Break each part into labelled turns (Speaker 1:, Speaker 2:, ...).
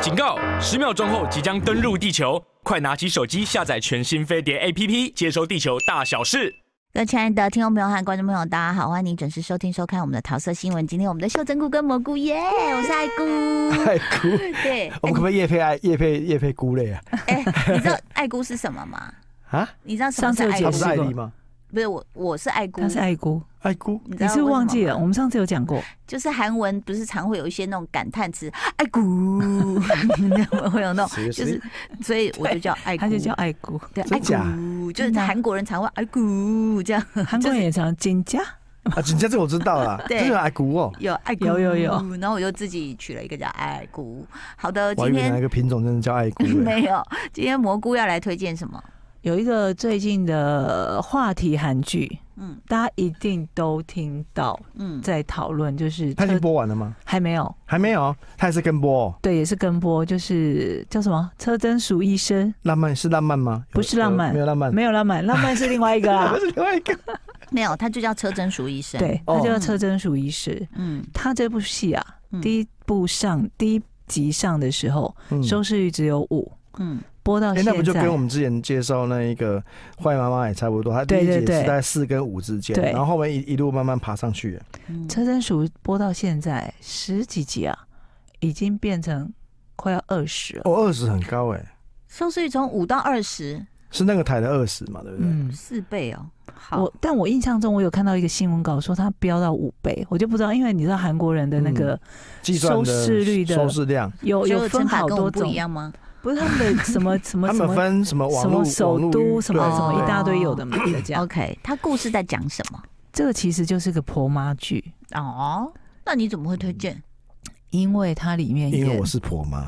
Speaker 1: 警告！十秒钟后即将登陆地球，快拿起手机下载全新飞碟 APP，接收地球大小事。
Speaker 2: 各位亲爱的听众朋友和观众朋友，大家好，欢迎您准时收听收看我们的桃色新闻。今天我们的秀珍菇跟蘑菇耶 我是爱菇。
Speaker 3: 爱菇，
Speaker 2: 对，
Speaker 3: 哎我们可不可以叶配爱叶配叶配菇类啊？
Speaker 2: 哎、你知道爱菇是什么吗？
Speaker 3: 啊，
Speaker 2: 你知道什么是
Speaker 4: 上次有
Speaker 2: 爱
Speaker 4: 解
Speaker 3: 它
Speaker 2: 菇
Speaker 3: 不是
Speaker 4: 释
Speaker 2: 吗？
Speaker 3: 艾梨吗？
Speaker 2: 不是我，我是爱菇
Speaker 4: 他。是爱菇，
Speaker 3: 爱菇，
Speaker 2: 你知
Speaker 4: 你
Speaker 2: 道
Speaker 4: 是不是
Speaker 2: 为什么
Speaker 4: 忘记了？
Speaker 2: 吗
Speaker 4: 我们上次有讲过，
Speaker 2: 就是韩文不是常会有一些那种感叹词，爱 菇，那会有那种，
Speaker 3: 谁
Speaker 2: 就是，所以我就叫爱菇，
Speaker 4: 他就叫爱 菇。
Speaker 2: 对爱
Speaker 3: 真假
Speaker 2: 菇，就是
Speaker 4: 真的啊
Speaker 2: 韩国人常会爱菇这样，
Speaker 4: 韩国人也常金家，
Speaker 3: 啊，人家这个我知道 啦，
Speaker 2: 对
Speaker 3: 这是爱菇哦。
Speaker 2: 有爱菇，
Speaker 4: 有有有，
Speaker 2: 然后我就自己取了一个叫爱菇。好的，
Speaker 3: 我还
Speaker 2: 今
Speaker 3: 以为哪
Speaker 2: 天
Speaker 3: 一个品种真的叫爱 菇 嘞？
Speaker 2: 没有，今天蘑菇要来推荐什么？
Speaker 4: 有一个最近的话题韩剧，
Speaker 2: 嗯
Speaker 4: 大家一定都听到
Speaker 2: 嗯，
Speaker 4: 在讨论，就是
Speaker 3: 它已经
Speaker 4: 车
Speaker 3: 播完了吗？
Speaker 4: 还没有，
Speaker 3: 还没有，它还是跟播哦。
Speaker 4: 对，也是跟播，就是叫什
Speaker 2: 嗯
Speaker 4: 么车真淑医生，
Speaker 3: 浪漫是浪漫吗？有
Speaker 4: 不是浪漫
Speaker 3: 有没有浪 漫，
Speaker 4: 没有嗯浪漫，浪漫是另外一 个啦
Speaker 3: 不嗯。是另外一个。
Speaker 2: 没有，它就叫车贞淑医生。，
Speaker 4: 对，
Speaker 3: 哦
Speaker 4: 他叫车真淑医师。
Speaker 2: 嗯，
Speaker 4: 他这部戏啊，
Speaker 2: 嗯
Speaker 4: 第一部上第一集上的时候，
Speaker 3: 嗯
Speaker 4: 收视率只有五，
Speaker 2: 嗯，
Speaker 4: 播到
Speaker 3: 哎、
Speaker 4: 现在
Speaker 3: 那不就跟我们之前介绍那一个坏妈妈也差不多，它第一
Speaker 4: 对
Speaker 3: 节
Speaker 4: 对
Speaker 3: 是
Speaker 4: 对
Speaker 3: 在四跟五之间，
Speaker 4: 对
Speaker 3: 然后后面一一路慢慢爬上去。
Speaker 2: 嗯
Speaker 4: 车真鼠播到现在十几集啊，已经变成快要二十了。
Speaker 3: 哦，二十很高哎、
Speaker 2: 收视率从五到二十，
Speaker 3: 是那个台的二十嘛，对不对？
Speaker 4: 嗯，
Speaker 2: 四倍哦。好，
Speaker 4: 我但我印象中我有看到一个新闻稿说它飙到五倍，我就不知道，因为你知道韩国人的那
Speaker 3: 嗯
Speaker 4: 个
Speaker 3: 计算的
Speaker 4: 收视率的
Speaker 3: 收视量，
Speaker 4: 哦有
Speaker 2: 就
Speaker 4: 有
Speaker 2: 是
Speaker 4: 分
Speaker 2: 针法
Speaker 4: 好
Speaker 2: 跟我
Speaker 4: 多
Speaker 2: 们不
Speaker 4: 种
Speaker 2: 一，样吗？
Speaker 4: 不是他们的什么什么
Speaker 3: 他
Speaker 4: 什
Speaker 3: 们
Speaker 4: 么
Speaker 3: 分什么网
Speaker 4: 什
Speaker 3: 络、
Speaker 4: 么
Speaker 3: 网
Speaker 4: 首
Speaker 3: 络
Speaker 4: 都
Speaker 3: 娱
Speaker 4: 什么
Speaker 3: 对
Speaker 4: 什么
Speaker 3: 对
Speaker 4: 一
Speaker 2: 哦
Speaker 4: 大堆有的没的这样。
Speaker 2: OK，它故事在讲什么？
Speaker 4: 这个其实就是个婆妈剧，
Speaker 2: 哦，那你怎么会推荐？
Speaker 4: 嗯因为它里面
Speaker 3: 因为
Speaker 4: 演
Speaker 3: 我是婆妈。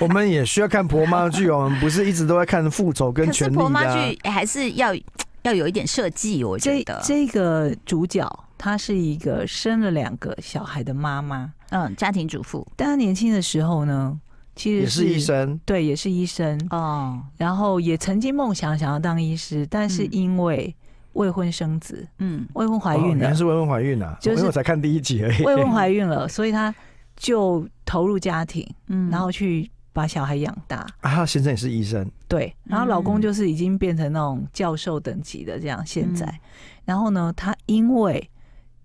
Speaker 3: 我们也需要看婆妈剧哦，我们不是一直都在看复仇跟
Speaker 2: 可
Speaker 3: 权
Speaker 2: 是
Speaker 3: 力的、
Speaker 2: 婆
Speaker 3: 啊。
Speaker 2: 妈剧还是要要有一点设计，我觉
Speaker 4: 这
Speaker 2: 得。
Speaker 4: 这个主角，她是一个生了两个小孩的妈妈，
Speaker 2: 嗯，家庭主妇
Speaker 4: 但她年轻的时候呢，其实
Speaker 3: 也是医生，
Speaker 4: 对，也是医生，
Speaker 2: 哦，
Speaker 4: 然后也曾经梦想想要当医师，但是
Speaker 2: 嗯
Speaker 4: 因为未婚生子、
Speaker 2: 嗯
Speaker 4: 未婚怀
Speaker 3: 哦
Speaker 4: 孕
Speaker 3: 原
Speaker 4: 了，
Speaker 3: 来是未婚怀孕啊，
Speaker 4: 就是
Speaker 3: 因为我才看第一集而已。
Speaker 4: 未婚怀孕了，所以她就投入家庭，
Speaker 2: 嗯
Speaker 4: 然后去把小孩养大。
Speaker 3: 啊，他先生也是医生，
Speaker 4: 对，然后老公就是已经变成那种教授等级的这样，现在，
Speaker 2: 嗯
Speaker 4: 然后呢，她因为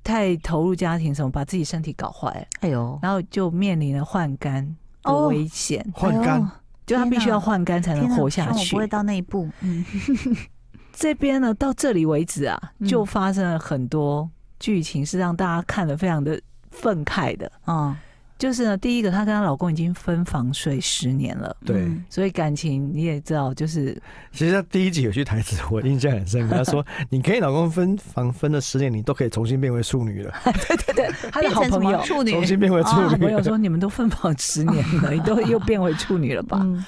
Speaker 4: 太投入家庭，什么把自己身体搞坏了，
Speaker 2: 哎呦，
Speaker 4: 然后就面临了换肝的
Speaker 2: 哦
Speaker 4: 危险，
Speaker 3: 换肝
Speaker 2: 哎呦
Speaker 4: 就她必须
Speaker 2: 天哪
Speaker 4: 要换肝才
Speaker 2: 哎
Speaker 4: 能
Speaker 2: 天哪
Speaker 4: 活下
Speaker 2: 希望我
Speaker 4: 去。
Speaker 2: 不会到那一步。嗯
Speaker 4: 这边呢，到这里为止啊，
Speaker 2: 嗯
Speaker 4: 就发生了很多剧情，是让大家看了非常的愤慨的。
Speaker 2: 哦，
Speaker 4: 就是呢，第一个，她跟她老公已经分房睡十年了，
Speaker 3: 对。
Speaker 2: 嗯
Speaker 4: 所以感情你也知道，就是
Speaker 3: 其实他第一集有句台词我印象很 深刻，他说：“你跟你老公分房分了十年，你都可以重新变回处 女了，
Speaker 4: 她的好
Speaker 2: 变成
Speaker 4: 朋
Speaker 2: 什
Speaker 4: 友
Speaker 2: 么。处女
Speaker 3: 重新变回处
Speaker 4: 啊，好
Speaker 3: 女
Speaker 4: 朋友说你们都分房十年了，你 都又变回处女了吧？
Speaker 2: 嗯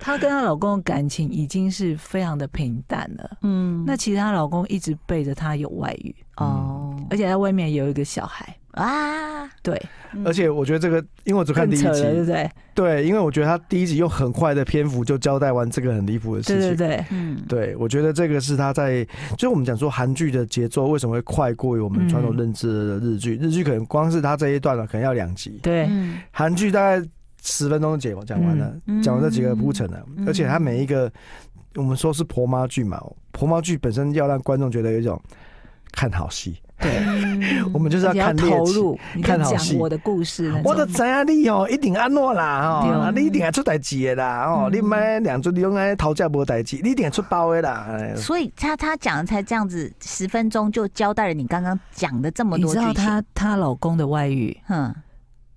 Speaker 4: 她跟她老公的感情已经是非常的平淡了。
Speaker 2: 嗯
Speaker 4: 那其实她老公一直背着她有外遇，
Speaker 2: 哦
Speaker 4: 而且在外面有一个小孩，
Speaker 2: 啊，
Speaker 4: 对，
Speaker 2: 嗯
Speaker 3: 而且我觉得这个，因为我只看
Speaker 4: 更
Speaker 3: 第一
Speaker 4: 扯了，对
Speaker 3: 集
Speaker 4: 不，对？
Speaker 3: 对，因为我觉得他第一集用很快的篇幅就交代完这个很离谱的事
Speaker 4: 对
Speaker 3: 情。
Speaker 4: 对对，
Speaker 2: 嗯
Speaker 3: 对，我觉得这个是他在，就是我们讲说韩剧的节奏为什么会快过于我们传统
Speaker 4: 嗯
Speaker 3: 认知的日剧？日剧可能光是他这一段了，可能要两集，
Speaker 4: 对，
Speaker 2: 嗯
Speaker 3: 韩剧大概十分钟就解讲完了，
Speaker 2: 嗯
Speaker 3: 讲、完这几个铺陈了，
Speaker 2: 嗯
Speaker 3: 而且他每一个我们说是婆妈剧嘛，婆妈剧本身要让观众觉得有一种看好戏，
Speaker 2: 嗯
Speaker 3: 我们 就是要
Speaker 4: 而且要
Speaker 3: 看猎
Speaker 4: 投
Speaker 3: 奇。
Speaker 4: 入，你就
Speaker 3: 看好戏
Speaker 4: 讲我的故事那
Speaker 3: 我都
Speaker 4: 种。
Speaker 3: 知影你哦，一定安怎啦
Speaker 4: 对
Speaker 3: 哦
Speaker 4: 哦，
Speaker 3: 你一定会出代志的啦哦，
Speaker 2: 嗯
Speaker 3: 你买两尊你用来讨价无代志，你一定会出包的啦。哎
Speaker 2: 所以他他讲才这样子，十分钟就交代了你刚刚讲的这么
Speaker 4: 你
Speaker 2: 多
Speaker 4: 知道
Speaker 2: 剧情。
Speaker 4: 她她老公的外遇，
Speaker 2: 嗯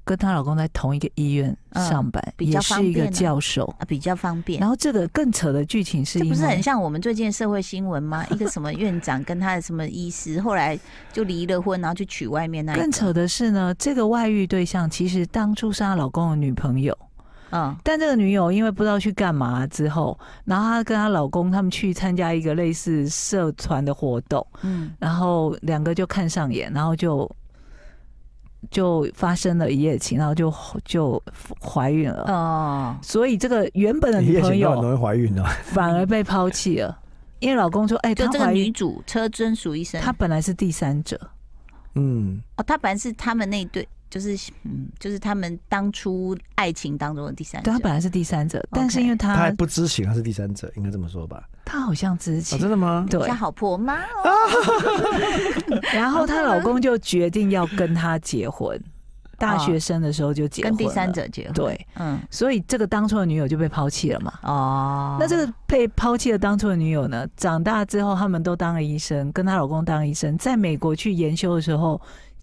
Speaker 4: 跟她老公在同一个医院
Speaker 2: 嗯
Speaker 4: 上班，
Speaker 2: 比较
Speaker 4: 也
Speaker 2: 方
Speaker 4: 是一
Speaker 2: 便
Speaker 4: 个
Speaker 2: 啊
Speaker 4: 教授。
Speaker 2: 啊，比较方便
Speaker 4: 然。后这个更扯的剧情是
Speaker 2: 这
Speaker 4: 因为
Speaker 2: 不是很像我们最近的社会新闻吗？一个什么院长跟他的什么医师，后来就离了婚，然后去娶外面那一个
Speaker 4: 更扯的是呢，这个外遇对象其实当初是她老公的女朋友，
Speaker 2: 嗯
Speaker 4: 但这个女友因为不知道去干嘛之后，然后她跟她老公他们去参加一个类似社团的活动，
Speaker 2: 嗯
Speaker 4: 然后两个就看上眼，然后就就发生了一夜情，然后就就怀孕了。
Speaker 2: 哦
Speaker 4: 所以这个原本啊的女朋
Speaker 3: 一夜情都很
Speaker 4: 友
Speaker 3: 容易怀孕哦的，
Speaker 4: 反而被抛弃了，因为老公说：“哎、
Speaker 2: 就
Speaker 4: 她
Speaker 2: 这个
Speaker 4: 怀
Speaker 2: 女
Speaker 4: 孕，
Speaker 2: 主车真淑医生，
Speaker 4: 她本来是第三者，
Speaker 3: 嗯，
Speaker 2: 哦，她本来是他们那一对就是嗯，就是他们当初爱情当中的第三者
Speaker 4: 对他。本来是第三者，但是因为
Speaker 3: 他还
Speaker 4: 他
Speaker 3: 不知情，他是第三者，应该这么说吧？
Speaker 4: 他好像知
Speaker 3: 啊，
Speaker 4: 情，
Speaker 3: 真的吗？
Speaker 4: 对
Speaker 2: 像，好婆妈哦，
Speaker 4: 然后她老公就决定要跟她结婚，大学生的时候就结婚
Speaker 2: 哦跟
Speaker 4: 了，
Speaker 2: 第三者结婚，，
Speaker 4: 对，
Speaker 2: 嗯，
Speaker 4: 所以这个当初的女友就被抛弃了嘛。
Speaker 2: 哦，
Speaker 4: 那这个被抛弃的当初的女友呢，长大之后他们都当了医生，跟她老公当医生，在美国去研修的时候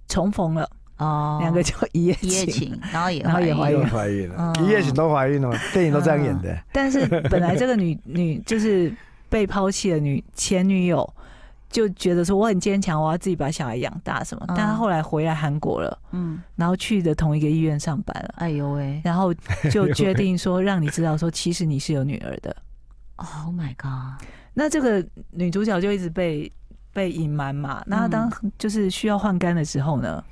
Speaker 4: 重逢了，
Speaker 2: 哦，
Speaker 4: 两、个就一夜
Speaker 2: 一夜
Speaker 4: 情。
Speaker 2: 情，然后也
Speaker 4: 然后也
Speaker 2: 怀
Speaker 4: 怀
Speaker 2: 孕
Speaker 4: 孕啊
Speaker 3: 又怀孕了，
Speaker 2: 嗯
Speaker 3: 一夜情都怀孕了，电影都这样演的。
Speaker 4: 但是本来这个女 女就是被抛弃的女前女友。就觉得说我很坚强，我要自己把小孩养大什么。
Speaker 2: 嗯
Speaker 4: 但她后来回来韩国了，
Speaker 2: 嗯，
Speaker 4: 然后去的同一个医院上班了，
Speaker 2: 哎呦喂
Speaker 4: 然后 就决定说让你知道说其实你是有女儿的。
Speaker 2: ，Oh my god，
Speaker 4: 那这个女主角就一直被被隐瞒
Speaker 2: 嗯
Speaker 4: 嘛。那她当就是需要换肝的时候呢，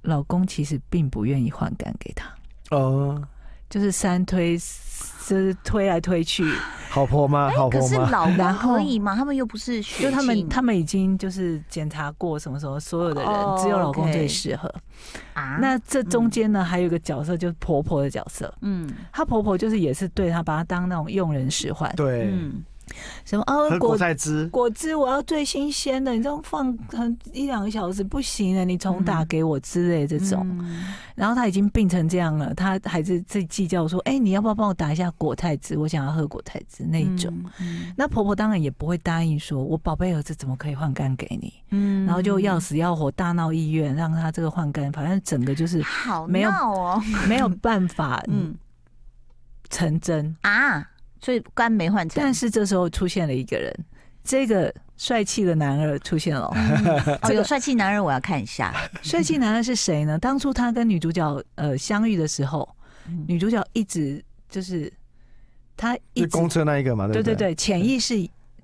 Speaker 4: 老公其实并不愿意换肝给她，
Speaker 3: 哦，
Speaker 4: 就是三推，就是推来推去。
Speaker 3: 好婆妈，
Speaker 4: 哦
Speaker 3: 好
Speaker 2: 可
Speaker 3: 婆
Speaker 2: 是
Speaker 4: ，Oh
Speaker 3: 妈，
Speaker 2: 老公
Speaker 4: 然后
Speaker 2: 可以吗？他们又不是 血
Speaker 4: 就他们
Speaker 2: 亲
Speaker 4: 他们已经就是检查过什么什么所有的人，
Speaker 2: 哦
Speaker 4: 只有老公
Speaker 2: OK 嗯
Speaker 4: 最适合。
Speaker 2: 啊，
Speaker 4: 那这中间呢，还有一个角色就是婆婆的角色，
Speaker 2: 嗯
Speaker 4: 她婆婆就是也是对她把她当那种佣人使唤，
Speaker 3: 对，
Speaker 2: 嗯，
Speaker 4: 什么哦
Speaker 3: 喝
Speaker 4: 果
Speaker 3: 果菜汁，
Speaker 4: 果汁我要最新鲜的，你这种放很一两个小时不行的，你重打给我之类这种。
Speaker 2: 嗯
Speaker 4: 然后他已经病成这样了，他还是自己计较说，哎、你要不要帮我打一下果菜汁？我想要喝果菜汁那一种。，
Speaker 2: 嗯
Speaker 4: 那婆婆当然也不会答应说，我宝贝儿子怎么可以换肝给你？
Speaker 2: 嗯
Speaker 4: 然后就要死要活大闹医院，让他这个换肝，反正整 个就是
Speaker 2: 好
Speaker 4: 没有
Speaker 2: 闹哦，
Speaker 4: 没有办法
Speaker 2: 嗯
Speaker 4: 成真。
Speaker 2: 啊，所以肝没换成，
Speaker 4: 但是这时候出现了一个人，这个帅气的男二出现了哦。
Speaker 2: 哦，有帅气男人，我要看一下。
Speaker 4: 帅气男二是谁呢？当初他跟女主角呃相遇的时候，
Speaker 2: 嗯
Speaker 4: 女主角一直就是她一
Speaker 3: 就
Speaker 4: 直
Speaker 3: 公车那一个嘛，
Speaker 4: 对
Speaker 3: 不
Speaker 4: 对？对，潜意识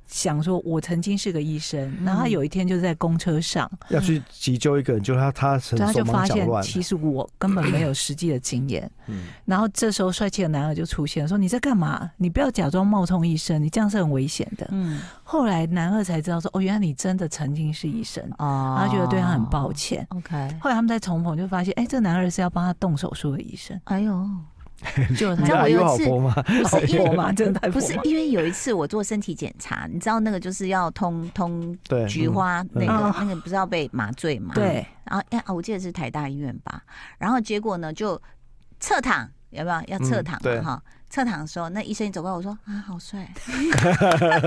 Speaker 4: 想说，我曾经是个医生，
Speaker 2: 嗯
Speaker 4: 然后她有一天就在公车上，
Speaker 3: 要去急救一个人，就他他很
Speaker 4: 对她
Speaker 3: 手
Speaker 4: 就
Speaker 3: 忙
Speaker 4: 发
Speaker 3: 脚
Speaker 4: 现
Speaker 3: 乱，
Speaker 4: 其实我根本没有实际的经验。
Speaker 3: 嗯，
Speaker 4: 然后这时候帅气的男二就出现说：“你在干嘛？你不要假装冒充医生，你这样是很危险的。
Speaker 2: 嗯，”
Speaker 4: 后来男二才知道说：“哦，原来你真的曾经是医生。”
Speaker 2: 哦
Speaker 4: 然后觉得对他很抱。歉。
Speaker 2: OK，
Speaker 4: 后来他们在重逢就发现，哎、这男二是要帮他动手术的 医生，
Speaker 2: 哎呦，
Speaker 4: 就
Speaker 3: 你
Speaker 4: 他
Speaker 2: 知道
Speaker 3: 哪
Speaker 2: 我有一
Speaker 3: 有好
Speaker 2: 次
Speaker 3: 婆妈？
Speaker 2: 不
Speaker 4: 好
Speaker 2: 是因
Speaker 4: 婆
Speaker 2: 为
Speaker 4: 嘛，真的太
Speaker 2: 不
Speaker 4: 婆
Speaker 2: 是
Speaker 4: 嘛。
Speaker 2: 因为有一次我做身体检查，你知道那个就是要通通
Speaker 3: 对，
Speaker 2: 菊
Speaker 3: 嗯
Speaker 2: 花那
Speaker 4: 嗯
Speaker 2: 个那个不是要被麻醉嘛？。
Speaker 4: 对，
Speaker 2: 然后哎啊，我记得是台大医院吧，然后结果呢就侧躺，有没有要侧
Speaker 3: 嗯
Speaker 2: 躺
Speaker 3: 对
Speaker 2: 嘛哈？侧躺的时候，那医生一走过来，我说啊，好 帅，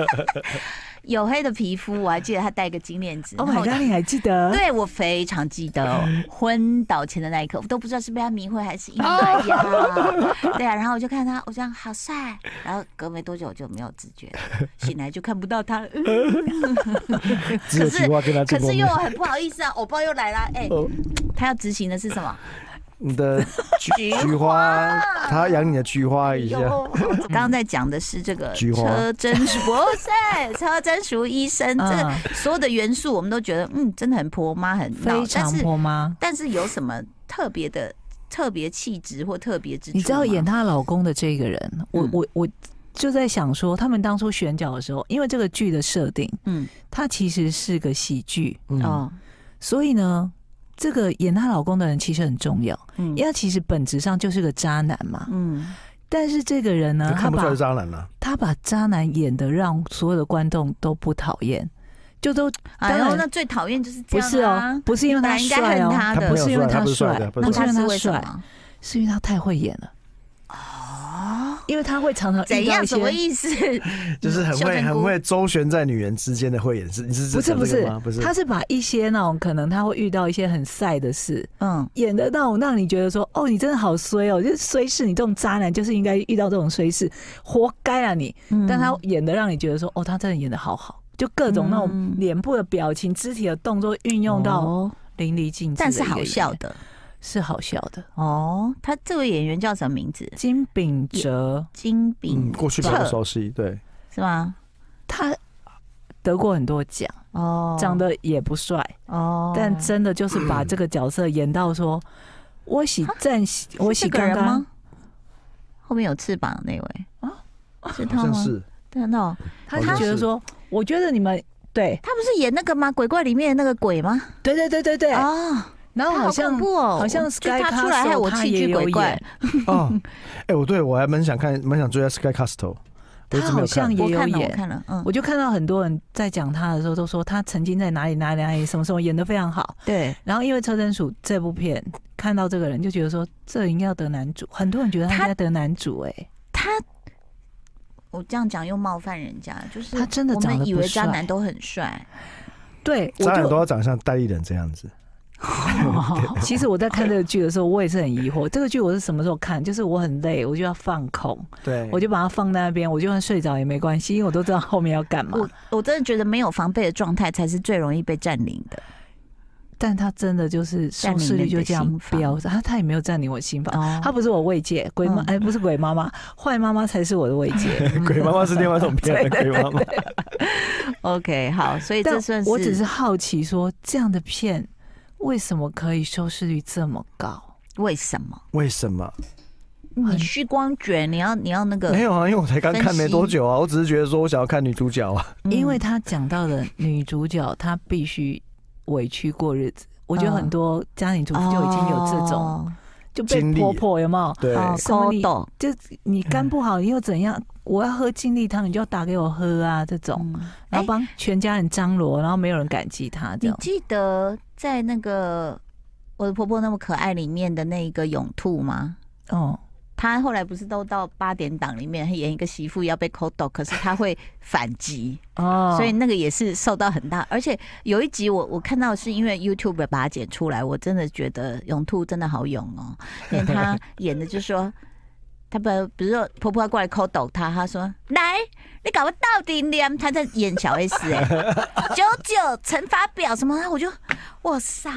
Speaker 2: 黝黑的皮肤，我还记得他戴一个金链
Speaker 3: 嗯
Speaker 2: 子。
Speaker 4: Oh
Speaker 2: 然
Speaker 4: my
Speaker 2: 后我
Speaker 4: god，你还记得？
Speaker 2: 对我非常记得，昏倒前的那一刻，我都不知道是被他迷惑还是因为 呀，对啊，然后我就看他，我这样好帅，然后隔没多久我就没有知觉了， 醒来就看不到他了，嗯
Speaker 3: 嗯只有菊花跟他
Speaker 2: 可
Speaker 3: 见过
Speaker 2: 是又
Speaker 3: 面。
Speaker 2: 很不好意思啊，欧巴又来啦，哎
Speaker 3: 哦，
Speaker 2: 他要执行的是什么？
Speaker 3: 你的菊菊花，他养你的菊花一下，
Speaker 2: 哟刚刚在讲的是这个
Speaker 3: 菊花
Speaker 2: 车真淑，不是车真淑医生， 这个
Speaker 4: 嗯，
Speaker 2: 所有的元素我们都觉得，嗯，真的很婆妈，很闹
Speaker 4: 非
Speaker 2: 但
Speaker 4: 常
Speaker 2: 是
Speaker 4: 婆妈。
Speaker 2: 但是有什么特别的、特别气质或特别之处吗？
Speaker 4: 你知道演她老公的这个人，我
Speaker 2: 嗯
Speaker 4: 我我就在想说，他们当初选角的时候，因为这个剧的设定，
Speaker 2: 嗯
Speaker 4: 它其实是个喜剧，
Speaker 3: 嗯，
Speaker 2: 哦
Speaker 4: 所以呢，这个演她老公的人其实很重要，
Speaker 2: 嗯
Speaker 4: 因为他其实本质上就是个渣男嘛。
Speaker 2: 嗯
Speaker 4: 但是这个人呢
Speaker 3: 就，
Speaker 4: 他
Speaker 3: 看不出来
Speaker 4: 把
Speaker 3: 是渣男了。
Speaker 4: 他把渣男演的让所有的观众都不讨厌，就都
Speaker 2: 哎
Speaker 4: 当
Speaker 2: 呦，
Speaker 4: 然
Speaker 2: 那最讨厌就是这
Speaker 4: 不
Speaker 2: 样
Speaker 4: 是
Speaker 2: 啊
Speaker 4: 哦，不是因为
Speaker 2: 本
Speaker 4: 他
Speaker 2: 来应该
Speaker 4: 帅
Speaker 2: 恨
Speaker 4: 哦，
Speaker 2: 他
Speaker 3: 他没
Speaker 2: 的，
Speaker 4: 不
Speaker 3: 有
Speaker 4: 是因为
Speaker 3: 帅他不是帅
Speaker 4: 帅
Speaker 3: 的，不
Speaker 4: 那
Speaker 3: 是
Speaker 4: 是因
Speaker 2: 他是
Speaker 4: 为他
Speaker 2: 为什
Speaker 4: 帅，
Speaker 2: 么？
Speaker 4: 是因为他太会演了。哦，因为他会常常
Speaker 2: 怎
Speaker 4: 遇到
Speaker 2: 样？
Speaker 4: 一
Speaker 2: 什么
Speaker 4: 些。
Speaker 2: 意思？
Speaker 3: 就是很
Speaker 2: 小
Speaker 3: 会
Speaker 2: 香菇
Speaker 3: 很会周旋在女人之间的慧眼，是你是指
Speaker 4: 不是
Speaker 3: 讲这
Speaker 4: 不是
Speaker 3: 个吗？不是，
Speaker 4: 他是把一些那种可能他会遇到一些很晒的事，
Speaker 2: 嗯，
Speaker 4: 演的那种让你觉得说，哦，你真的好衰哦，就是衰事，你这种渣男就是应该遇到这种衰事，活该啊你。
Speaker 2: 嗯
Speaker 4: 但他演的让你觉得说，哦，他真的演的好好，就各种那种
Speaker 2: 嗯
Speaker 4: 脸部的表情、肢体的动作运用到
Speaker 2: 哦
Speaker 4: 淋漓尽致，
Speaker 2: 但是好笑，的
Speaker 4: 是好笑的。
Speaker 2: 哦。他这位演员叫什么名字？
Speaker 4: 金秉哲
Speaker 2: 金
Speaker 3: 嗯，
Speaker 2: 炳
Speaker 3: 过去比较熟悉，对，
Speaker 2: 是吗？
Speaker 4: 他得过很多奖，
Speaker 2: 哦，
Speaker 4: 长得也不帅，
Speaker 2: 哦，
Speaker 4: 但真的就是把这个角色演到说，我喜赞喜，我
Speaker 2: 是
Speaker 4: 喜
Speaker 2: 这个
Speaker 4: 刚
Speaker 2: 人
Speaker 4: 刚
Speaker 2: 吗？？后面有翅膀那位
Speaker 4: 啊
Speaker 2: 是
Speaker 3: 好
Speaker 2: 他
Speaker 3: 像
Speaker 2: 吗？
Speaker 3: 是
Speaker 2: 真的哦，
Speaker 4: 他
Speaker 3: 好像
Speaker 4: 就觉得
Speaker 3: 是
Speaker 4: 说，我觉得你们对
Speaker 2: 他不是演那个吗？鬼怪里面的那个鬼吗？
Speaker 4: 对对对对对，
Speaker 2: 哦，
Speaker 4: 然后
Speaker 2: 他
Speaker 4: 啊好
Speaker 2: 好
Speaker 4: 像
Speaker 2: 恐怖哦，
Speaker 4: 好像
Speaker 2: 我
Speaker 4: Sky
Speaker 2: 就他出来
Speaker 4: Castle
Speaker 2: 害我
Speaker 4: 他
Speaker 2: 弃
Speaker 4: 也
Speaker 2: 剧
Speaker 4: 有
Speaker 2: 鬼怪
Speaker 4: 演，
Speaker 3: 哦，哎，我对我还蛮想看，蛮想追下 Sky Castle，我一
Speaker 4: 他
Speaker 3: 直没
Speaker 4: 好
Speaker 3: 有
Speaker 4: 像
Speaker 3: 看。
Speaker 2: 我
Speaker 4: 也有
Speaker 2: 看了，我
Speaker 4: 演。
Speaker 2: 看了，嗯
Speaker 4: 我，就看到很多人在讲他的时候，都说他曾经在哪里哪里哪里什么时候演的非常好。
Speaker 2: 对，
Speaker 4: 然后因为《车贞鼠》这部片，看到这个人就觉得说，这应该要得男主。很多人觉得他应
Speaker 2: 他
Speaker 4: 该得男主、哎，
Speaker 2: 他。我这样讲又冒犯人家，就是
Speaker 4: 他真的
Speaker 2: 我
Speaker 4: 长得
Speaker 2: 们以
Speaker 4: 不
Speaker 2: 为渣
Speaker 4: 帅
Speaker 2: 男都很帅，
Speaker 4: 对，我
Speaker 3: 渣男都
Speaker 4: 就
Speaker 3: 要长得像戴立人这样子，
Speaker 4: 其实我在看这个剧的时候，我也是很 疑惑，这个剧我是什么时候看？就是我很累，我就要放空，
Speaker 3: 对
Speaker 4: 我就把它放在那边，我就算睡着也没关系，因为我都知道后面要干嘛。
Speaker 2: 我我真的觉得没有防备的状态才是最容易被占领的。
Speaker 4: 但他真的就是收视率就这样飙，他他也没有占领我心房。
Speaker 2: 哦
Speaker 4: 他不是我慰藉，鬼妈
Speaker 2: 嗯
Speaker 4: 哎、不是鬼妈妈，坏妈妈才是我的慰 藉。嗯
Speaker 3: 鬼妈妈是另外一种片的鬼妈妈，
Speaker 2: OK，好，所以
Speaker 4: 但
Speaker 2: 这算是
Speaker 4: 我只是好奇说，这样的片为什么可以收视率这么高？
Speaker 2: 为什么？
Speaker 3: 为什么？
Speaker 2: 你虚光觉，你要你要那个
Speaker 3: 没有啊，因为我才刚
Speaker 2: 嗯分
Speaker 3: 看没
Speaker 2: 析
Speaker 3: 多久啊，我只是觉得说我想要看女主角啊，
Speaker 2: 嗯
Speaker 4: 因为他讲到的女主角，她必须委屈过日子。我觉得
Speaker 2: 嗯
Speaker 4: 很多家庭主妇就已经有这种，
Speaker 2: 哦
Speaker 4: 就被
Speaker 3: 经历
Speaker 4: 婆婆有没有？
Speaker 3: 对，
Speaker 2: 哦
Speaker 4: 什么
Speaker 2: 抠
Speaker 4: 你
Speaker 2: 豆，
Speaker 4: 你肝不好，你又怎样？我要喝精力汤，你就要打给我喝啊，这种。
Speaker 2: 嗯
Speaker 4: 然后帮全家人张罗，然后没有人感激他这
Speaker 2: 你
Speaker 4: 样。
Speaker 2: 记得在那个《我的婆婆那么可爱》里面的那一个泳兔吗？
Speaker 4: 哦，
Speaker 2: 她后来不是都到八点档里面演一个媳妇要被抠豆，可是她会反击，
Speaker 4: 哦
Speaker 2: 所以那个也是受到很大。而且有一集我我看到是因为 YouTube 把它剪出来，我真的觉得泳兔真的好勇哦，因为他演的就说。他不，比如说婆婆要过来抠抖他，他说：“来，你搞我到底脸。”他在演小 S 哎、九九乘法表什么，啊然后我就我傻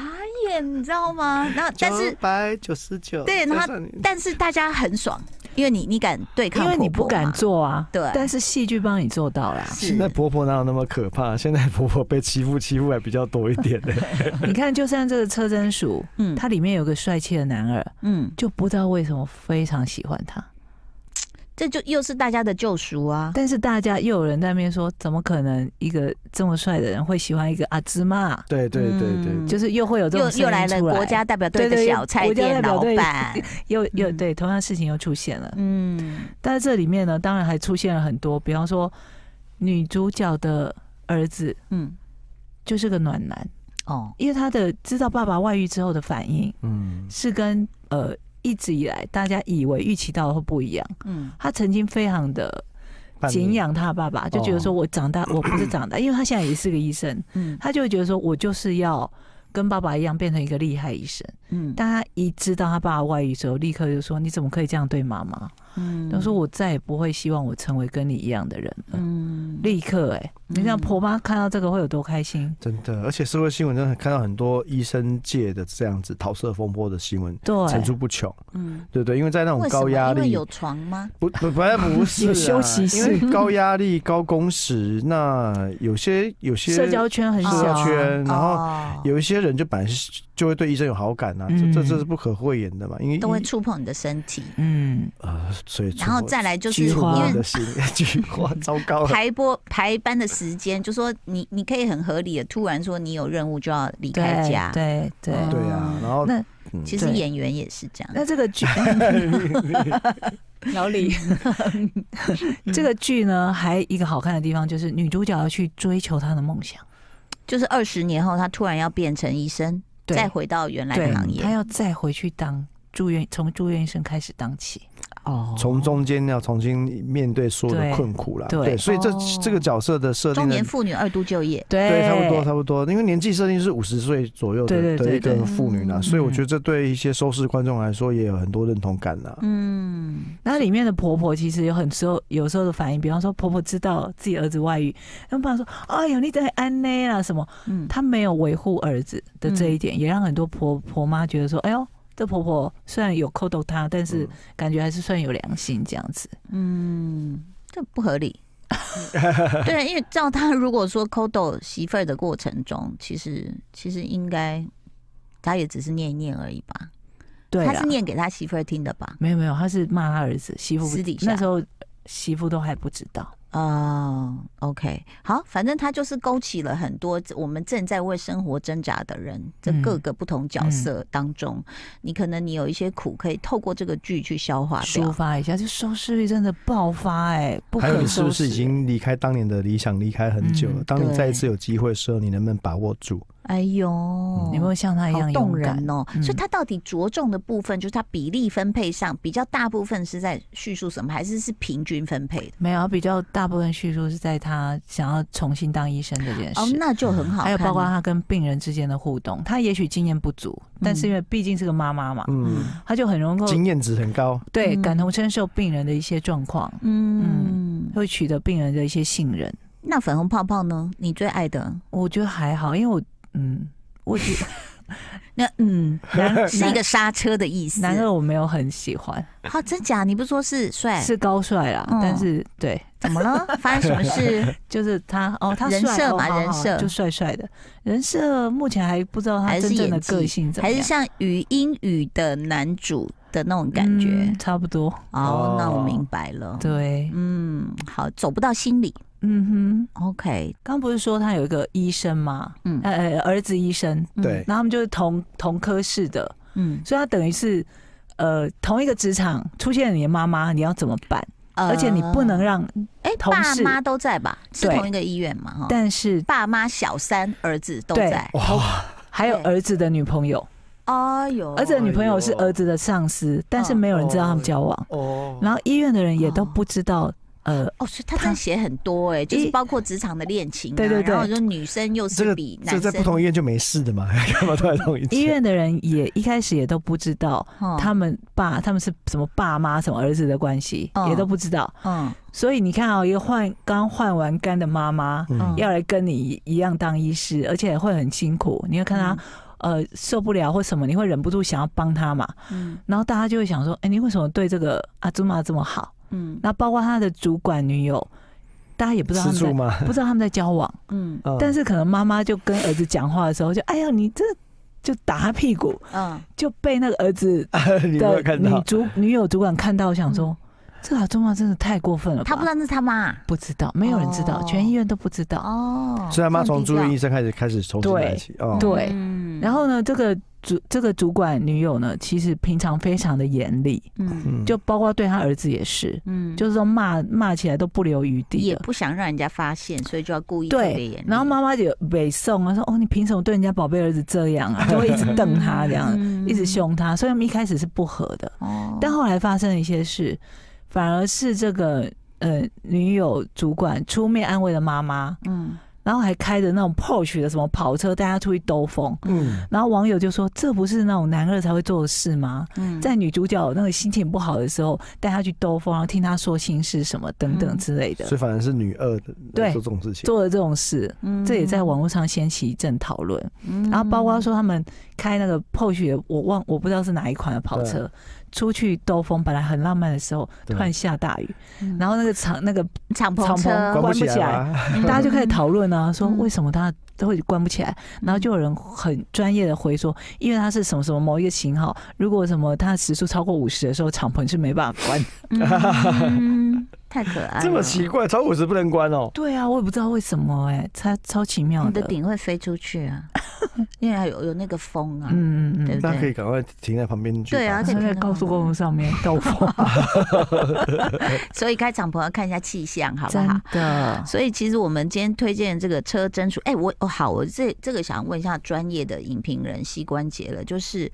Speaker 2: 眼，你知道吗？然后但是
Speaker 3: 百九十九，
Speaker 2: 对然后但是大家很爽，因为你你敢对抗婆婆
Speaker 4: 因
Speaker 2: 嘛，
Speaker 4: 为你不敢做啊，
Speaker 2: 对
Speaker 4: 但是戏剧帮你做 到啦。
Speaker 2: 是
Speaker 3: 现在婆婆哪有那么可怕？现在婆婆被欺负欺负还比较多一点呢、
Speaker 4: 你看，就算这个车贞鼠，
Speaker 2: 嗯
Speaker 4: 它里面有个帅气的男儿，
Speaker 2: 嗯，
Speaker 4: 就不知道为什么非常喜欢他，
Speaker 2: 这就又是大家的救赎啊。
Speaker 4: 但是大家又有人在那边说，怎么可能一个这么帅的人会喜欢一个阿芝麻？
Speaker 3: 对对对对
Speaker 2: 嗯
Speaker 4: 就是又会有这
Speaker 2: 又
Speaker 4: 种
Speaker 2: 又来
Speaker 4: 声
Speaker 2: 了
Speaker 4: 音出
Speaker 2: 国家代表队的
Speaker 4: 对对
Speaker 2: 小菜
Speaker 4: 国家代
Speaker 2: 店
Speaker 4: 表
Speaker 2: 老
Speaker 4: 队
Speaker 2: 板，
Speaker 4: 又又
Speaker 2: 嗯
Speaker 4: 对同样的事情又出现了。
Speaker 2: 嗯，
Speaker 4: 但是这里面呢，当然还出现了很多，比方说女主角的儿子
Speaker 2: 嗯，
Speaker 4: 就是个暖男，
Speaker 2: 哦，
Speaker 4: 因为他的知道爸爸外遇之后的反应
Speaker 3: 嗯，
Speaker 4: 是跟呃一直以来大家以为预期到的会不一样。
Speaker 2: 嗯，
Speaker 4: 他曾经非常的
Speaker 3: 叛逆
Speaker 4: 敬仰他爸爸，就觉得说我长大、我不是长大，因为他现在也是个医生，
Speaker 2: 嗯，
Speaker 4: 他就会觉得说我就是要跟爸爸一样变成一个厉害医生。
Speaker 2: 嗯，
Speaker 4: 但他一知道他爸爸外遇之后，立刻就说你怎么可以这样对妈妈？
Speaker 2: 嗯
Speaker 4: 他说，我再也不会希望我成为跟你一样的人了。
Speaker 2: 嗯，
Speaker 4: 立刻哎、你像婆妈看到这个会有多开心？
Speaker 3: 真的，而且社会新闻真的看到很多医生界的这样子桃色风波的新闻。
Speaker 4: 对，
Speaker 3: 层出不穷，
Speaker 2: 嗯，
Speaker 3: 对不对，因为在那种
Speaker 2: 为什
Speaker 3: 高
Speaker 2: 么？
Speaker 3: 压
Speaker 2: 因为
Speaker 3: 力，
Speaker 2: 有床吗？
Speaker 3: 不不不不是、啊、
Speaker 4: 有休息室
Speaker 3: 因为高压力、高工时，那有些有些
Speaker 4: 社交圈很小、
Speaker 3: 社交
Speaker 4: 啊，
Speaker 3: 圈，然后
Speaker 2: 哦
Speaker 3: 有一些人就本来是就会对医生有好感啊，
Speaker 4: 嗯
Speaker 3: 这这这是不可讳言的嘛，因为
Speaker 2: 都会触碰你的身体，
Speaker 4: 嗯，
Speaker 3: 呃，所以
Speaker 2: 然后再来就是
Speaker 3: 菊
Speaker 2: 因
Speaker 3: 花
Speaker 2: 为
Speaker 3: 的心，菊花糟糕了，
Speaker 2: 排播排班的时间，就说你你可以很合理的突然说你有任务就要离开
Speaker 4: 对
Speaker 2: 家，
Speaker 4: 对对。
Speaker 2: 嗯
Speaker 3: 对啊，然后
Speaker 4: 那
Speaker 3: 嗯
Speaker 2: 其实
Speaker 4: 对
Speaker 2: 演员也是这样，
Speaker 4: 那这个剧，老李， 这个剧呢，还一个好看的地方就是女主角要去追求她的梦想，
Speaker 2: 就是二十年后他突然要变成医生，
Speaker 4: 对
Speaker 2: 再回到原来
Speaker 4: 对
Speaker 2: 的行，
Speaker 4: 她
Speaker 2: 业，
Speaker 4: 要再回去当住院，从住院医生开始当起。
Speaker 2: 哦
Speaker 3: 从中间要重新面对所有的困苦啦，
Speaker 4: 对
Speaker 3: 对，所以这
Speaker 2: 哦
Speaker 3: 这个角色的设定
Speaker 2: 中
Speaker 3: 呢
Speaker 2: 年，妇女二度就业，
Speaker 4: 对
Speaker 3: 对，差不多差不多，因为年纪设定是五十岁左右
Speaker 4: 对
Speaker 3: 的
Speaker 4: 对
Speaker 3: 的
Speaker 4: 对
Speaker 3: 一个
Speaker 4: 对
Speaker 3: 妇女啦，
Speaker 2: 嗯
Speaker 3: 所以我觉得这对一些收视观众来说也有很多认同感啦。
Speaker 2: 嗯，
Speaker 4: 那里面的婆婆其实有很时候有时候的反应，比方说婆婆知道自己儿子外遇，然后爸爸说：“哎呦，你在安内啦什么？”
Speaker 2: 嗯，
Speaker 4: 她没有维护儿子的
Speaker 3: 嗯
Speaker 4: 这一点，也让很多婆婆妈觉得说：“哎呦，这婆婆虽然有扣动她，但是感觉还是算有良心这样子。
Speaker 2: 嗯，这不合 理。对，因为照他如果说抠斗媳妇儿的过程中，其实其实应该他也只是念一念而已吧？
Speaker 4: 对
Speaker 2: 他
Speaker 4: 啦，
Speaker 2: 是念给他媳妇儿听的吧？
Speaker 4: 没有没有，她是骂她儿子媳妇不
Speaker 2: 私底下
Speaker 4: 那时候媳妇都还不知道，
Speaker 2: 哦，OK，好，反正他就是勾起了很多我们正在为生活挣扎的人，这
Speaker 4: 嗯
Speaker 2: 各个不同角色当中，你可能你有一些苦，可以透过这个剧去消化
Speaker 4: 抒
Speaker 2: 掉。
Speaker 4: 发一下，就收视率真的爆发哎、不
Speaker 3: 还有
Speaker 4: 可
Speaker 3: 你是不
Speaker 4: 收拾。
Speaker 3: 是已经离开当年的理想，离开很久了？
Speaker 4: 嗯
Speaker 3: 当你再一
Speaker 2: 对
Speaker 3: 次有机会的时候，你能不能把握住？
Speaker 2: 哎呦，
Speaker 4: 有没有嗯像他一样
Speaker 2: 好
Speaker 4: 勇
Speaker 2: 动
Speaker 4: 敢？
Speaker 2: 人哦！
Speaker 4: 嗯
Speaker 2: 所以他到底着重的部分，就是他比例分配上比较大部分是在叙述什么，还是是平均分配的？
Speaker 4: 没有，啊比较大部分叙述是在他想要重新当医生这件事。
Speaker 2: 哦，那就很好看了。
Speaker 4: 还有包括他跟病人之间的互动，他也许经验不足，但是因为毕竟是个妈妈嘛，
Speaker 3: 嗯，
Speaker 2: 嗯
Speaker 4: 他就很能够
Speaker 3: 经验值很高。
Speaker 4: 对
Speaker 2: 嗯
Speaker 4: 感同身受病人的一些状况，
Speaker 2: 嗯，
Speaker 4: 会取得病人的一些信任。
Speaker 2: 那粉红泡泡呢？你最爱的
Speaker 4: 我觉得还好，因为我嗯，我觉 得
Speaker 2: 那嗯，
Speaker 4: 男
Speaker 2: 是一个刹车的意思。
Speaker 4: 男二我没有很喜欢，
Speaker 2: 好，哦真假？你不是说是帅？
Speaker 4: 是高帅啦，
Speaker 2: 哎嗯
Speaker 4: 但是对，
Speaker 2: 怎么 了？发生什么事？
Speaker 4: 就是他哦，他
Speaker 2: 呃人
Speaker 4: 帅
Speaker 2: 设
Speaker 4: 哦
Speaker 2: 嘛
Speaker 4: 好好
Speaker 2: 人
Speaker 4: 好
Speaker 2: 设
Speaker 4: 就帅帅的，人设目前还不知道他
Speaker 2: 还是
Speaker 4: 真正的
Speaker 2: 演技
Speaker 4: 个性怎么
Speaker 2: 还
Speaker 4: 样，
Speaker 2: 是像语英语的男主的那种感觉
Speaker 4: 嗯？差不多，
Speaker 2: 哦
Speaker 3: 哦，
Speaker 2: 那我明白了。，
Speaker 4: 对，
Speaker 2: 嗯，好，走不到心里。
Speaker 4: 嗯哼，
Speaker 2: OK，
Speaker 4: 刚不是说他有一个医生吗？
Speaker 2: 嗯
Speaker 4: 呃，呃儿子医生，
Speaker 2: 嗯
Speaker 3: 对，
Speaker 4: 然后他们就是同同科室的，
Speaker 2: 嗯，
Speaker 4: 所以他等于是呃同一个职场出现你的妈妈，你要怎么办？而且你不能
Speaker 2: 呃，
Speaker 4: 让，
Speaker 2: 哎，
Speaker 4: 同
Speaker 2: 爸
Speaker 4: 事
Speaker 2: 妈都在吧？是
Speaker 4: 对
Speaker 2: 同一个医院嘛？哈，
Speaker 4: 但是
Speaker 2: 爸妈、小三、儿子都
Speaker 4: 对
Speaker 2: 在。
Speaker 3: 哇，
Speaker 4: 还有
Speaker 2: 对
Speaker 4: 儿子的女朋友，
Speaker 2: 哎呦，
Speaker 4: 儿子的女朋友是儿子的上司，但是没有人知道他们交往，
Speaker 3: 哦
Speaker 4: 然后医院的人也都
Speaker 2: 哦
Speaker 4: 不知道，呃，
Speaker 2: 哦，所以他
Speaker 4: 他
Speaker 2: 真的写很多哎、就是
Speaker 4: 一
Speaker 2: 包括职场的恋情、啊，
Speaker 4: 对对对
Speaker 2: 然后说女生又
Speaker 3: 这
Speaker 2: 是
Speaker 3: 个
Speaker 2: 比男
Speaker 3: 这
Speaker 2: 生，
Speaker 3: 在不同医院就没事的嘛， 干嘛都在同一间
Speaker 4: 医院的人也一开始也都不知道
Speaker 2: 哦
Speaker 4: 他们爸他们是什么爸妈什么儿子的关系，
Speaker 2: 嗯
Speaker 4: 也都不知道。
Speaker 2: 嗯
Speaker 4: 所以你看啊、一个换刚换完肝的妈妈，
Speaker 2: 嗯
Speaker 4: 要来跟你一样当医师，而且会很辛苦。你会看她、呃受不了或什么，你会忍不住想要帮她嘛。
Speaker 2: 嗯
Speaker 4: 然后大家就会想说，哎、你为什么对这个阿祖玛这么好？
Speaker 2: 嗯
Speaker 4: 那包括她的主管女友，大家也不知道他
Speaker 3: 吃
Speaker 4: 们
Speaker 3: 醋
Speaker 4: 在
Speaker 3: 吗？
Speaker 4: 不知道他们在交往，
Speaker 2: 嗯
Speaker 3: 嗯
Speaker 4: 但是可能妈妈就跟儿子讲话的时候就，哎呀，你这就打他屁股，
Speaker 2: 嗯，
Speaker 4: 就被那个儿子
Speaker 3: 你有没有
Speaker 4: 的
Speaker 3: 看
Speaker 4: 女
Speaker 3: 到？
Speaker 4: 主女友主管看到，想说、这阿祖玛真的太过分了吧？
Speaker 2: 他不知道那是他妈
Speaker 4: 不知道，没有人知道，
Speaker 2: 哦
Speaker 4: 全医院都不知道。
Speaker 2: 哦，
Speaker 3: 所以他妈从住院医
Speaker 2: 生
Speaker 3: 生开始开始重新
Speaker 4: 对
Speaker 3: 来起哦，
Speaker 4: 对
Speaker 2: 嗯
Speaker 4: 然后呢，这个主这个主管女友呢，其实平常非常的严厉，
Speaker 2: 嗯
Speaker 3: 嗯，
Speaker 4: 就包括对她儿子也是，
Speaker 2: 嗯，
Speaker 4: 就是说骂骂起来都不留余地
Speaker 2: 也
Speaker 4: 的。
Speaker 2: 不想让人家发现，所以就要故意特别
Speaker 4: 对
Speaker 2: 严，厉，
Speaker 4: 然后妈妈就北宋啊，说哦，你凭什么对人家宝贝儿子这样啊？就会一直瞪他这样，
Speaker 2: 嗯
Speaker 4: 一直，凶他。所以他们一开始是不和的，
Speaker 2: 哦
Speaker 4: 但后来发生了一些事，反而是这个呃女友主管出面安慰了妈妈，
Speaker 2: 嗯
Speaker 4: 然后还开着那种 Porsche 的什么跑车，带她出去兜风。
Speaker 3: 嗯，
Speaker 4: 然后网友就说：“这不是那种男二才会做的事吗？
Speaker 2: 嗯
Speaker 4: 在女主角那个心情不好的时候，带她去兜风，然后听她说心事什么等等之类的，
Speaker 3: 所以反而是女二的
Speaker 4: 对
Speaker 3: 做这种事情，
Speaker 4: 做了这种事，
Speaker 2: 嗯
Speaker 4: 这也在网络上掀起一阵讨论。
Speaker 2: 嗯
Speaker 4: 然后包括说他们开那个 Porsche，的我忘我不知道是哪一款的跑车，出去兜风，本来很浪漫的时候，突
Speaker 3: 对
Speaker 4: 然下大雨，
Speaker 2: 嗯
Speaker 4: 然后那个敞那个
Speaker 2: 敞篷
Speaker 4: 敞篷
Speaker 2: 车
Speaker 4: 关
Speaker 3: 关
Speaker 4: 不
Speaker 3: 不
Speaker 4: 起
Speaker 3: 起
Speaker 4: 来
Speaker 3: 来吗？
Speaker 2: 嗯
Speaker 4: 大家就开始讨论啊，说
Speaker 2: 嗯
Speaker 4: 为什么他都会关不起来？然后就有人很专业的回说，因为他是什么什么某一个型号，如果什么他的时速超过五十的时候，敞篷是没办 法关。
Speaker 2: 嗯太可爱了，
Speaker 3: 这么奇怪，超五十不能关哦。
Speaker 4: 对啊，我也不知道为什么哎、超超奇妙
Speaker 2: 你的
Speaker 4: 的。
Speaker 2: 顶会飞出去啊，因为还有有那个风啊。
Speaker 4: 嗯嗯
Speaker 2: 对
Speaker 4: 嗯，
Speaker 3: 大家可以赶快停在旁边去吧。
Speaker 2: 对啊而且
Speaker 4: 他在高速公路上面 兜风，
Speaker 2: 所以开敞篷要看一下气象，好不好
Speaker 4: 真？的。
Speaker 2: 所以其实我们今天推荐这个车真属，哎、我哦好，我这这个想问一下专业的影评人膝关节了，就是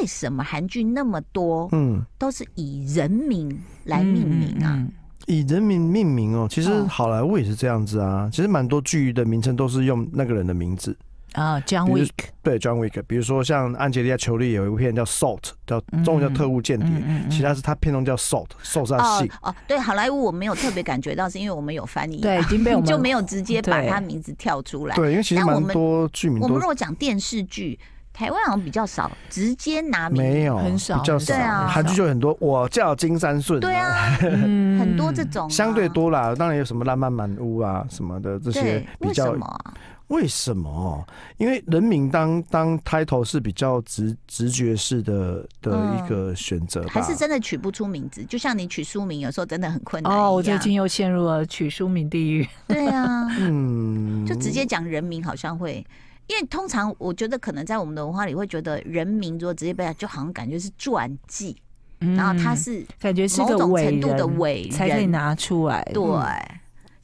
Speaker 2: 为什么韩剧那么多
Speaker 3: 嗯，
Speaker 2: 都是以人名来命名啊？
Speaker 4: 嗯，嗯
Speaker 3: 以人名命名哦，其实
Speaker 2: 哦
Speaker 3: 好莱坞也是这样子啊。其实蛮多剧的名称都是用那个人的名字，
Speaker 4: 嗯啊，John
Speaker 3: 比如
Speaker 4: Wick，
Speaker 3: 对，John Wick，比如说像安吉丽亚·裘丽有一部片叫《Salt》，叫中文叫《特务间谍》
Speaker 4: 嗯嗯嗯
Speaker 3: 其他是他片中叫《Salt》，《是他
Speaker 2: 哦
Speaker 3: 姓。
Speaker 2: 哦，对，好莱坞我没有特别感觉到，是因为我们有翻译嘛，
Speaker 4: 对，已经被我
Speaker 2: 你
Speaker 4: 们
Speaker 2: 就没有直接把
Speaker 4: 对
Speaker 2: 他名字跳出来。
Speaker 3: 对，因为其实
Speaker 2: 但我
Speaker 3: 蛮
Speaker 2: 们
Speaker 3: 多剧名
Speaker 2: 我们
Speaker 3: 都
Speaker 2: 如果讲电视剧，台湾好像比较少直接拿名
Speaker 3: 没有，
Speaker 5: 很少
Speaker 3: 比较少
Speaker 2: 对啊。
Speaker 3: 韩剧就很多，我叫金三顺，
Speaker 2: 对，啊，
Speaker 5: 嗯
Speaker 2: 很多这种啊、
Speaker 3: 相对多啦。当然有什么浪漫满屋啊什么的这些
Speaker 2: 对，
Speaker 3: 比
Speaker 2: 为什
Speaker 3: 较
Speaker 2: 么啊？
Speaker 3: 为什么？因为人民当当 title 是比较直直觉式的的一个选择吧，
Speaker 2: 嗯还是真的取不出名字，就像你取书名，有时候真的很困难一样。
Speaker 4: 哦，我最近又 陷入了取书名地狱。
Speaker 2: 对啊，
Speaker 3: 嗯，
Speaker 2: 就直接讲人名好像会，因为通常我觉得可能在我们的文化里会觉得人名如果直接被他，就好像感觉是传记，然后他
Speaker 4: 嗯
Speaker 2: 是
Speaker 4: 感觉是
Speaker 2: 某
Speaker 4: 个
Speaker 2: 种
Speaker 4: 伟
Speaker 2: 程度的
Speaker 4: 人，
Speaker 2: 伟人
Speaker 4: 才可以拿嗯出来。
Speaker 2: 对。啊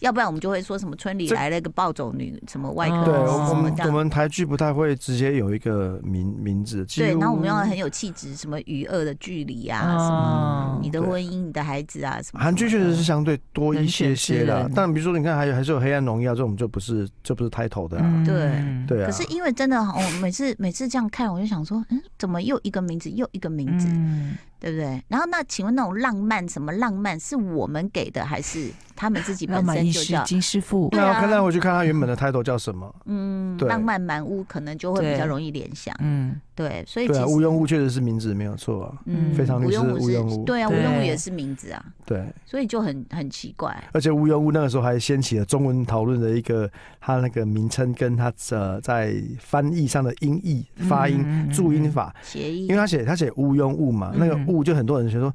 Speaker 2: 要不然我们就会说什么村里来了个暴走女，什么外科
Speaker 3: 对，
Speaker 4: 哦
Speaker 2: 什
Speaker 3: 我我
Speaker 2: 么
Speaker 3: 们
Speaker 2: 这
Speaker 3: 我
Speaker 2: 样，
Speaker 3: 们台剧不太会直接有一个名名字，几
Speaker 2: 对，然后我
Speaker 3: 乎
Speaker 2: 们要很有气质，什么与恶的距离啊，什么
Speaker 4: 哦
Speaker 2: 你的
Speaker 3: 对
Speaker 2: 婚姻、你的孩子啊，什么
Speaker 3: 韩剧确实是
Speaker 2: 是
Speaker 3: 相对多一
Speaker 5: 人选
Speaker 3: 些些
Speaker 5: 之
Speaker 3: 啦
Speaker 5: 人，
Speaker 3: 但比如说你看还有还是有《黑暗荣耀》这种就不是就不是 title 的啊，
Speaker 4: 嗯
Speaker 2: 对
Speaker 3: 对啊。
Speaker 2: 可是因为真的，我每次每次这样看，我就想说，嗯，怎么又一个名字又一个名字？
Speaker 4: 嗯
Speaker 2: 对不对？然后那请问那种浪漫什么浪漫是我们给的，还是他们自己
Speaker 4: 浪
Speaker 2: 本
Speaker 4: 漫
Speaker 2: 身
Speaker 4: 医
Speaker 2: 就
Speaker 4: 师
Speaker 2: 叫
Speaker 4: 金师傅，
Speaker 2: 对
Speaker 3: 那
Speaker 2: 啊
Speaker 3: 我看他回去看他原本的 title 叫什么？
Speaker 2: 嗯
Speaker 3: 对
Speaker 2: 浪漫满屋，可能就会比较
Speaker 4: 对
Speaker 2: 容易联想。
Speaker 4: 嗯，
Speaker 2: 对，所以其
Speaker 3: 对
Speaker 2: 实
Speaker 3: 啊，毋庸物确实是名字没有错啊，
Speaker 2: 嗯
Speaker 3: 非常律
Speaker 2: 无
Speaker 3: 师
Speaker 2: 用
Speaker 3: 毋庸
Speaker 2: 是
Speaker 3: 物，
Speaker 2: 对啊，无
Speaker 4: 对
Speaker 2: 用物也是名字啊，
Speaker 3: 对。
Speaker 2: 所以就很很奇怪。
Speaker 3: 而且毋庸物那个时候还掀起了中文讨论的一个他那个名称跟他呃在翻译上的音译发音
Speaker 4: 嗯嗯嗯
Speaker 3: 注音法，
Speaker 2: 协议
Speaker 3: 因为他写他写毋庸物嘛，那个
Speaker 4: 嗯
Speaker 3: 物就很多人觉得说，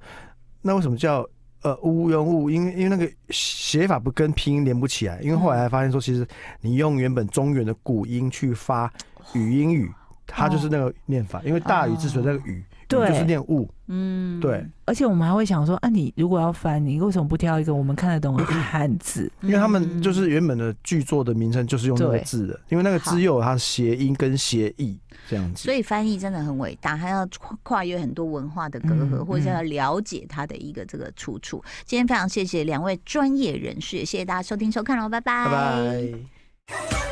Speaker 3: 那为什么叫呃毋庸物？因为因为那个写法不跟拼音连不起来，因为后来还发现说，其实你用原本中原的古音去发语音语，它就是那个念法，因为大禹治水那个禹，禹
Speaker 4: 对
Speaker 3: 就是念物，
Speaker 2: 嗯
Speaker 3: 对，
Speaker 4: 而且我们还会想说，啊，你如果要翻，你为什么不挑一个我们看得懂的汉字？
Speaker 3: 因为他
Speaker 2: 嗯
Speaker 3: 们就是原本的剧作的名称就是用那个
Speaker 4: 对
Speaker 3: 字的，因为那个
Speaker 2: 好
Speaker 3: 字又有它的谐音跟谐义这样子
Speaker 2: 所。以翻译真的很伟大，还要跨跨越很多文化的隔阂，
Speaker 4: 嗯
Speaker 2: 或者是
Speaker 4: 嗯
Speaker 2: 要了解它的一个这个出处。今天非常谢谢两位专业人士，也谢谢大家收听收看喽，拜
Speaker 3: 拜拜。